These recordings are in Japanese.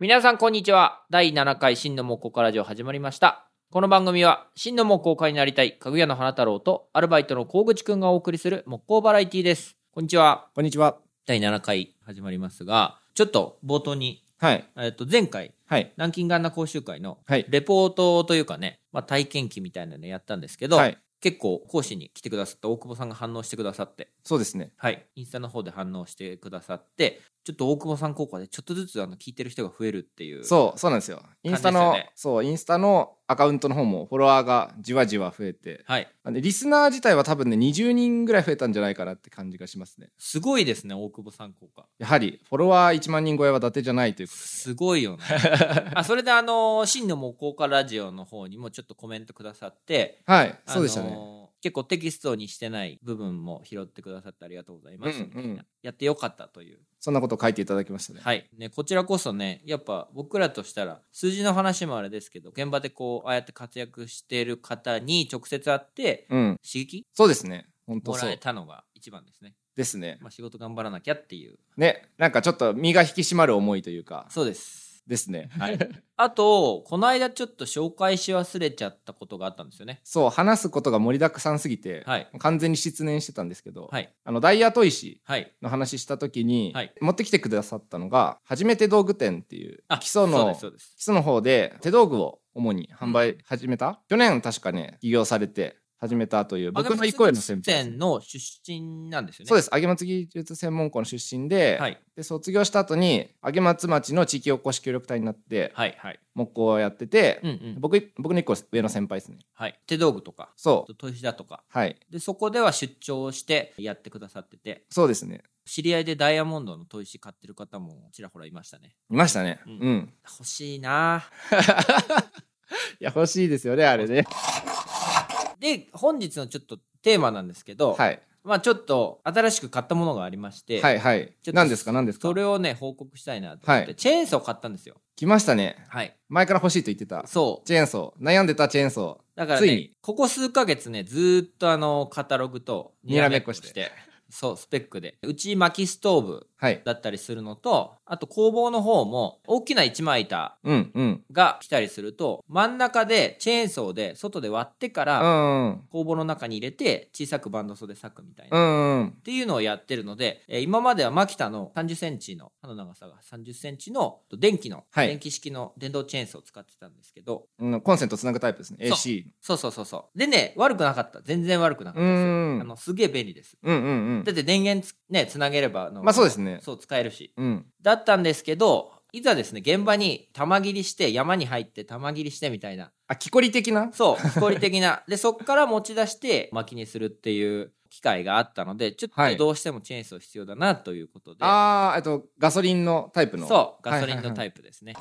皆さん、こんにちは。第7回、真の木工家ラジオ始まりました。この番組は、真の木工家になりたい、かぐやの花太郎と、アルバイトの小口くんがお送りする木工バラエティです。こんにちは。こんにちは。第7回始まりますが、ちょっと冒頭に、はい。えっと、前回、はい。南京ガンナ講習会のはい、レポートというかね、まあ、体験記みたいなのやったんですけど、はい。結構講師に来てくださった大久保さんが反応してくださって、そうですね。はい、インスタの方で反応してくださってちょっと大久保さん効果でちょっとずつあの聞いてる人が増えるっていうそう、そうなんですよ。インスタの、感じですよねそう、インスタのアカウントの方もフォロワーがじわじわ増えて、はい、なんでリスナー自体は多分ね、20人ぐらい増えたんじゃないかなって感じがしますね。すごいですね大久保さん効果やはり、フォロワー1万人超えは伊達じゃないということですすごい よねあそれであの真の木工家ラジオの方にもちょっとコメントくださってね。はい、そうでしたあね。の結構テキストにしてない部分も拾ってくださってありがとうございます、うんうんみたいなやってよかったというそんなこと書いていただきましたね。はい、ね、こちらこそねやっぱ僕らとしたら数字の話もあれですけど現場でこうああやって活躍している方に直接会ってうん。刺激そうですね。本当もそらうえ。たのが一番ですね、ですね。まあ、仕事頑張らなきゃっていうね。なんかちょっと身が引き締まる思いというか、そうですですね。はい、 あとこの間ちょっと紹介し忘れちゃったことがあったんですよねそう、話すことが盛りだくさんすぎて、はい完全に失念してたんですけど、はいあの、ダイヤトイシはいの話した時に、はい持ってきてくださったのが「初めて道具店」っていうあ基礎そうのですそう基です礎の方で手道具を主に販う売始めた、去年確かね起業されて始めたという僕の一個上の先輩、出演の出身なんですよねそうでです揚松技術専門校の出身で,、はいで卒業した後に揚松町の地域おこし協力隊になってはいはい木工をやってて、うんうん僕僕の一個上の先輩ですねはい手道具とかあそと砥う石だとかはいでそこでは出張してやってくださっててそうですね知り合いでダイヤモンドの砥石買ってる方もちらほらいましたねいましたねううんん、欲しいないや欲しいですよねあれねで本日のちょっとテーマなんですけど、はいまあちょっと新しく買ったものがありまして、はいはいちょっと何ですか何ですかそれをね報告したいなと思って、はいチェーンソー買ったんですよ来ましたねはい前から欲しいと言ってたそうチェーンソー悩んでたチェーンソだからついねにここ数ヶ月ねずーっとあのカタログとにらめっこしてにらめっこそうスペックでうち薪ストーブーはいだったりするのとあと工房の方も大きな一枚板うんうんが来たりすると真ん中でチェーンソーで外で割ってかうらんうん工房の中に入れて小さくバンドソーで裂くみたいな、うっんうんていうのをやってるので、えー今まではマキタの3 0ンチの刃の長さが3 0ンチの電気の、はい電気式の電動チェーンソーを使ってたんですけどうんコンセントつなぐタイプですねそう AC そうそうそうそうでね悪くなかった全然悪くなかったですようんあのすげえ便利ですうんうんだって電源つねつなげればあのまあそうですねそう使えるしうんうんだったんですけどいざですね現場に玉切りして山に入って玉切りしてみたいなあ木こり的なそう、非効率的 な。で、そこから持ち出して薪にするっていう機会があったので、ちょっはといどうしてもチェーンソー必要だなということで、あーえっとガソリンのタイプのそう、ガソリンのタイプイプですね。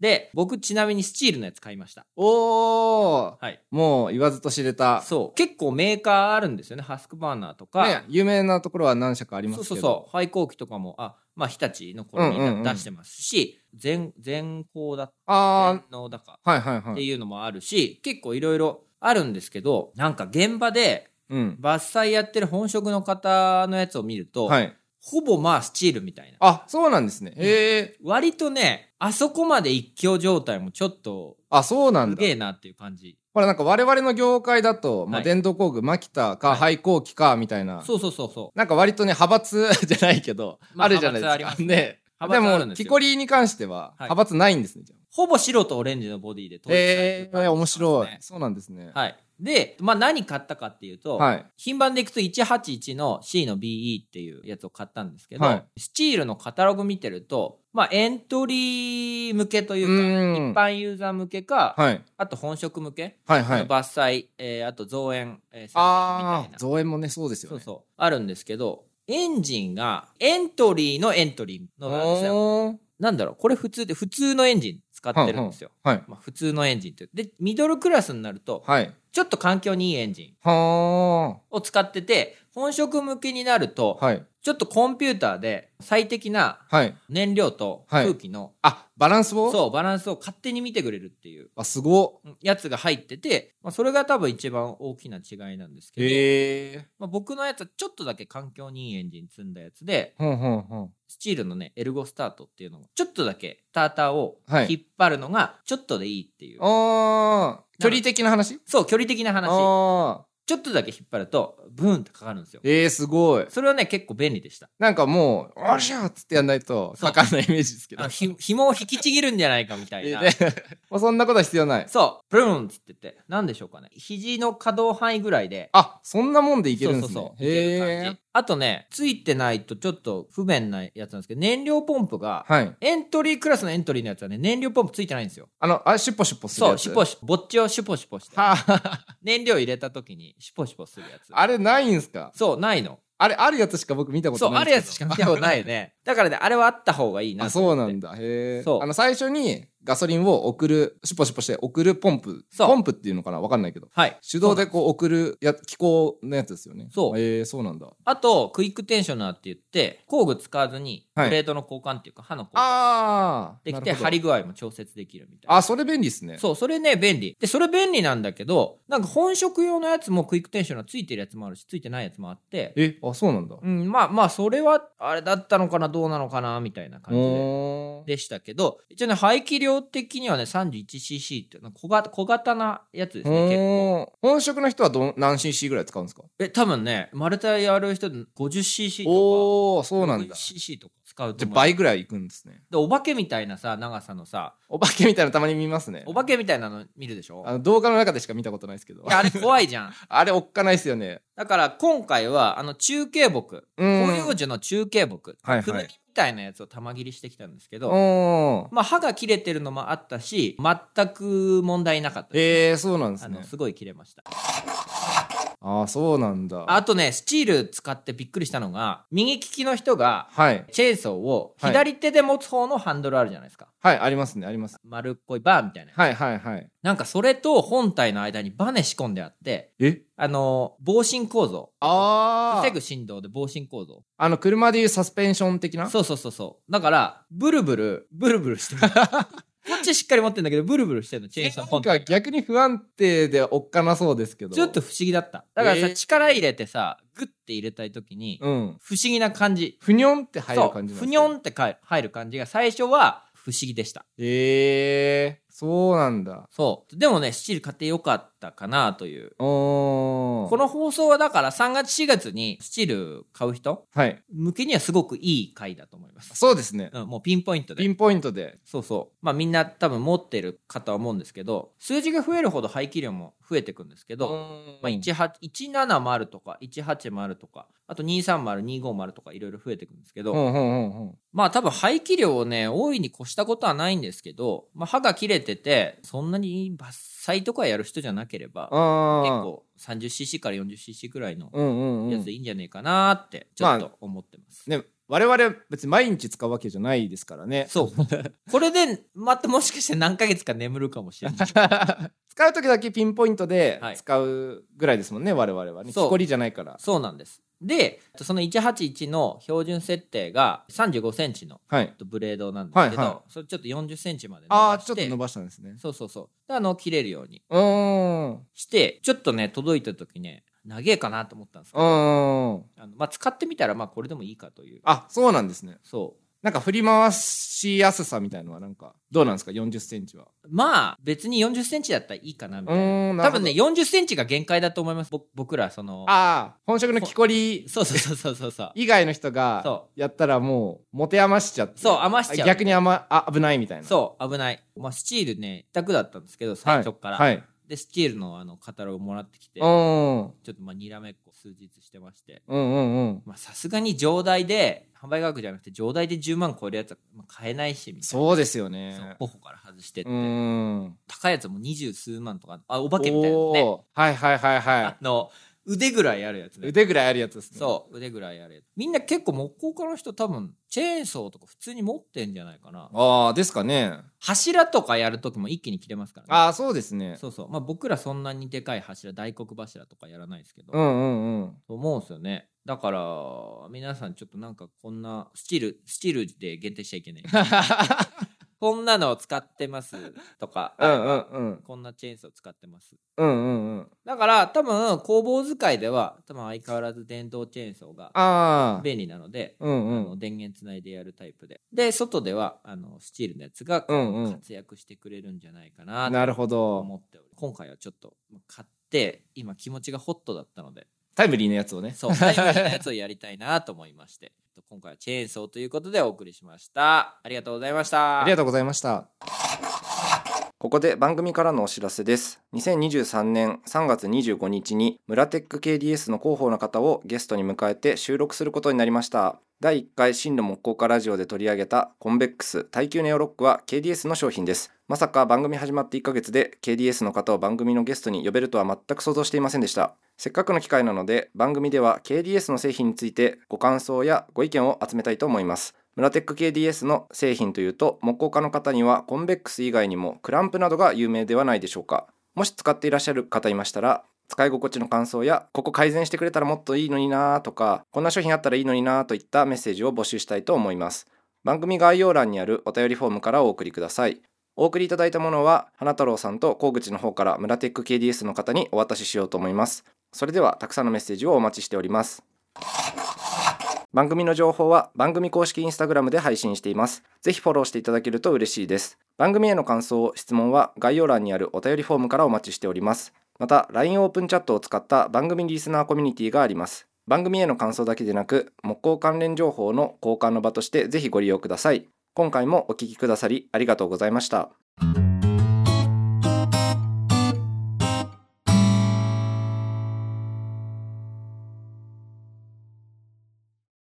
で、僕ちなみにスチールのやつ買いました。おーはい。もう言わずと知れたそう、結構メーカーあるんですよね。ハスクバーナーとか、ね有名なところは何社かありまそうすそうけどそう、廃工機とかも、あ、まあ日立の頃にうんうんうん出してますし、全、全工だ、あ全能だかあはいはいはっていいうのもあるし、結構いろいろあるんですけど、なんか現場で、うん伐採やってる本職の方のやつを見ると、はいほぼまあスチールみたいなあそうなんですねへえ割とねあそこまで一強状態もちょっとあそうなんすだげえなっていう感じほらなんか我々の業界だと、まはあ、い電動工具、マキタはかい廃工機かみたいな、そうそうそうそなんか割とね派閥 じゃないけど、まああるじゃないです派閥かありますね派閥あるんですよも木こりに関しては、はい派閥ないんですねじゃあうほぼ白とオレンジのボディで統一されてえるー、感じ面白い、ですねそうなんですねはいで、まあ、何買ったかっていうと、はい品番でいくと181の C の BE っていうやつを買ったんですけど、はスチールのカタログ見てると、まあ、エントリー向けといううーか、ん一般ユーザー向けか、はいあと本職向けはいはい伐採、えーあと造園、えーセットみあたいあな、造園もねそうですよそうねうそうあるんですけどエンジンがエントリーのエントリーのなんですよおーなんだろうこれ普通で普通のエンジン使ってるんですよ、はいまあ、普通のエンジンってでミドルクラスになるとはいちょっと環境にいいエンジンはを使ってて本職向きになると、はい。ちょっとコンピューターで最適なはい。燃料とはい空気の、あ、バランスをそう、バランスを勝手に見てくれるっていうあ、すごうんやつが入ってて、まあ、それが多分一番大きな違いなんですけど、へえ。まあ、僕のやつはちょっとだけ環境にいいエンジン積んだやつで、ほんほんほん。スチールのね、エルゴスタートっていうのを、ちょっとだけスターターをはい引っ張るのが、ちょっとでいいっていう。あー、距離的な話そう、距離的な話。あちょっとだけ引っ張ると、ブーンってかかるんですよー。。えー、すごい。それはね、結構便利でした。なんかもう、おっしゃーっつってやんないと、そうかかんないイメージですけどあの。ひ紐を引きちぎるんじゃないかみたいえな。ーで もうそんなことは必要ない。そう、ブーンっつってて、なんでしょうかね。肘の可動範囲ぐらいで、あ、そんなもんでいけるんですそうそねう。そういけるへ感えじ。あとね、ついてないとちょっと不便なやつなんですけど、燃料ポンプが、はい。エントリークラスのエントリーのやつはね、燃料ポンプついてないんですよ。あの、あ、シュポシュポするそやう、つ。シュポシュ、ぼっちをシュポシュポして、はあ、燃料入れた時にシュポシュポするやつ。あれないんすかそう、ないの。あれ、あるやつしか僕見たこそとう、なあいんるですけど。やつしか見たことないよね。だからね、あれはあった方がいいなあ、と思そうって。なんだ。へえ。そうあの、最初にガソリンを送る、シュポシュポして送るポンプ。そうポンプっていうのかなわかんないけど。はい。手動でこう送るや、気候のやつですよね。そうへえ、そうなんだ。あと、クイックテンショナーって言って、工具使わずに、はいプレートの交換っていうか、刃の交換ああ。できなて、るほど張り具合も調節できるみたいな。あ、それ便利ですね。そう、それね、便利。で、それ便利なんだけど、なんか本職用のやつもクイックテンショナーついてるやつもあるし、ついてないやつもあって、え、あ、そうなんだ。うん、まあまあ、それは、あれだったのかな、どうなのかな、みたいな感じで。おーでしたけど、一応ね、排気量的にはね、31cc っていうの小型、小型なやつですね、結構。おー本職の人はどん何 cc ぐらい使うんですかえ、多分ね、丸太やる人で 50cc とおおーか、そうなんだ。じ 60cc とか使うとゃ思う。倍ぐらいいくんですね。で、お化けみたいなさ、長さのさ、お化けみたいなのたまに見ますねお。化けみたいなの見るでしょあの動画の中でしか見たことないですけどい。や、あれ怖いじゃん。あれおっかないですよね。だから今回は、あの、中継木、うん広葉樹の中継木、はいはいくるみみたいなやつを玉切りしてきたんですけど、おーまあ、歯が切れてるのもあったし、全く問題なかったですえー、そうなんですあねの。すごい切れましたああ、そうなんだ。あとねスチール使ってびっくりしたのが右利きの人がはい。チェーンソーをはい左手で持つ方のハンドルあるじゃないですか、はい、ありますね、あります。丸っこいバーみたいな、はい、はい、はい。なんかそれと本体の間にバネ仕込んであってえあの防振構造あ防あぐ。振動で防振構造あの、車でいうサスペンション的なそうそうそうそうだからブルブルブルブルして るこっちしっかり持ってんだけどブルブルしてるのチェーンソーな本ん体か逆に不安定でおっかなそうですけど。ちょっと。不思議だっただからさ、えー力入れてさグッて入れたい時に、うん。不思議な感じふにょんって入そうる感じなんですかふにょんってかえ入る感じが最初は不思議でしたええー、そうなんだ。そうでもねスチール買ってよかったかなというおー。この放送はだから3月4月にスチール買う人はい。向けにはすごくいい回だと思います、そうですね。うん、もうピンポイントピでンポイントで。そうそうまあみんな多分持ってる方は思うんですけど数字が増えるほど排気量も増えてくんですけど、まあ、一18 170とか180とかあと230250とかいろいろ増えてくんですけど、うんうんうんうん。まあ多分排気量をね、大いに越したことはないんですけど、まあ歯が切れてて、そんなに伐採とかやる人じゃなければ、結あー。構 30cc から 40cc くらいのうんうんうやつんで。いいんじゃねえかなーって、ちょっと思ってます。ね、我々別に毎日使うわけじゃないですからね。そう。これで、またもしかして何ヶ月か眠るかもしれない。使う時だけピンポイントではい使うぐらいですもんね、我々はね。木そうこりじゃないから。そうなんです。で、その181の標準設定が35センチのはい。ブレードなんですけど、はいはそれちょっと40センチまで伸ああ、ばちょしっとて伸、ばしたんですね。そうそうそう。であの、切れるようにうーん。うして、ちょっとね、届いた時ね、長えかなと思ったんですけど、ーん。あのまあ、使ってみたら、まあ、これでもいいかという。あ、そうなんですね。そなんか振り回しやすさみたいのはなんか、どうなんですか ?40 センチは。う。まあ、別に40センチだったらいいかな、みうたいな。ーん、な多るほど分ね、。40センチが限界だと思います。ぼ僕ら、その、ああ、本職の木こりそうそうそうそうそうそう。以外の人がそやったらもう持て余しちゃってそう余しちゃう逆に余あ危ないみたいなうそう、危ない。まあ、スチールね、一択だったんですけど、最初から。はい、はい、で、スチールのあの、カタログもらってきて、うちょんうんっとまあ、にらめっこ数日してまして。うんうんまあ、さすがに上代で、販売価格じゃなくて、上代で10万超えるやつは、まあ、買えないし、みたいな。そうですよそうね候補から外してってう。ん高いやつも二十数万とかあおお化けみたいなのねーはいはいはいはあの腕ぐらいあるやつね。腕ぐらいあるやつですね。そう、腕ぐらいあるやつ。みんな結構木工家の人多分、チェーンソーとか普通に持ってんじゃないかな。ああ、ですかね。柱とかやるときも一気に切れますからね。ああ、そうですね。そうそう。まあ僕らそんなにでかい柱、大黒柱とかやらないですけど、うんうんうん。と思うんですよね。だから、皆さんちょっとなんかこんな、スチール、スチールで限定しちゃい けない。こんなのを使ってますとか、うんうんうん。こんなチェーンソー使ってます。うんうんうん。だから多分工房使いでは多分相変わらず電動チェーンソーがああ。便利なので、うんうあんの。電源つないでやるタイプでで外ではあのスチールのやつがうんうん。活躍してくれるんじゃないかなとなるほど。思っており今回はちょっと買って今気持ちがホットだったのでタイムリーなやつをね。そうタイムリーなやつをやりたいなと思いまして今回はチェーンソーということでお送りしましたありがとうございましたありがとうございました。ここで番組からのお知らせです。2023年3月25日に、ムラテック KDS の広報の方をゲストに迎えて収録することになりました。第1回進路木工家ラジオで取り上げたコンベックス耐久ネオロックは KDS の商品です。まさか番組始まって1ヶ月で KDS の方を番組のゲストに呼べるとは全く想像していませんでした。せっかくの機会なので番組では KDS の製品についてご感想やご意見を集めたいと思います。ムラテック KDS の製品というと木工家の方にはコンベックス以外にもクランプなどが有名ではないでしょうかもし使っていらっしゃる方いましたら使い心地の感想やここ改善してくれたらもっといいのになぁとかこんな商品あったらいいのになぁといったメッセージを募集したいと思います番組概要欄にあるお便りフォームからお送りくださいお送りいただいたものは花太郎さんと小口の方からムラテック KDS の方にお渡ししようと思いますそれではたくさんのメッセージをお待ちしております番組の情報は番組公式インスタグラムで配信しています。ぜひフォローしていただけると嬉しいです。番組への感想、質問は概要欄にあるお便りフォームからお待ちしております。また、LINE オープンチャットを使った番組リスナーコミュニティがあります。番組への感想だけでなく、木工関連情報の交換の場としてぜひご利用ください。今回もお聞きくださりありがとうございました。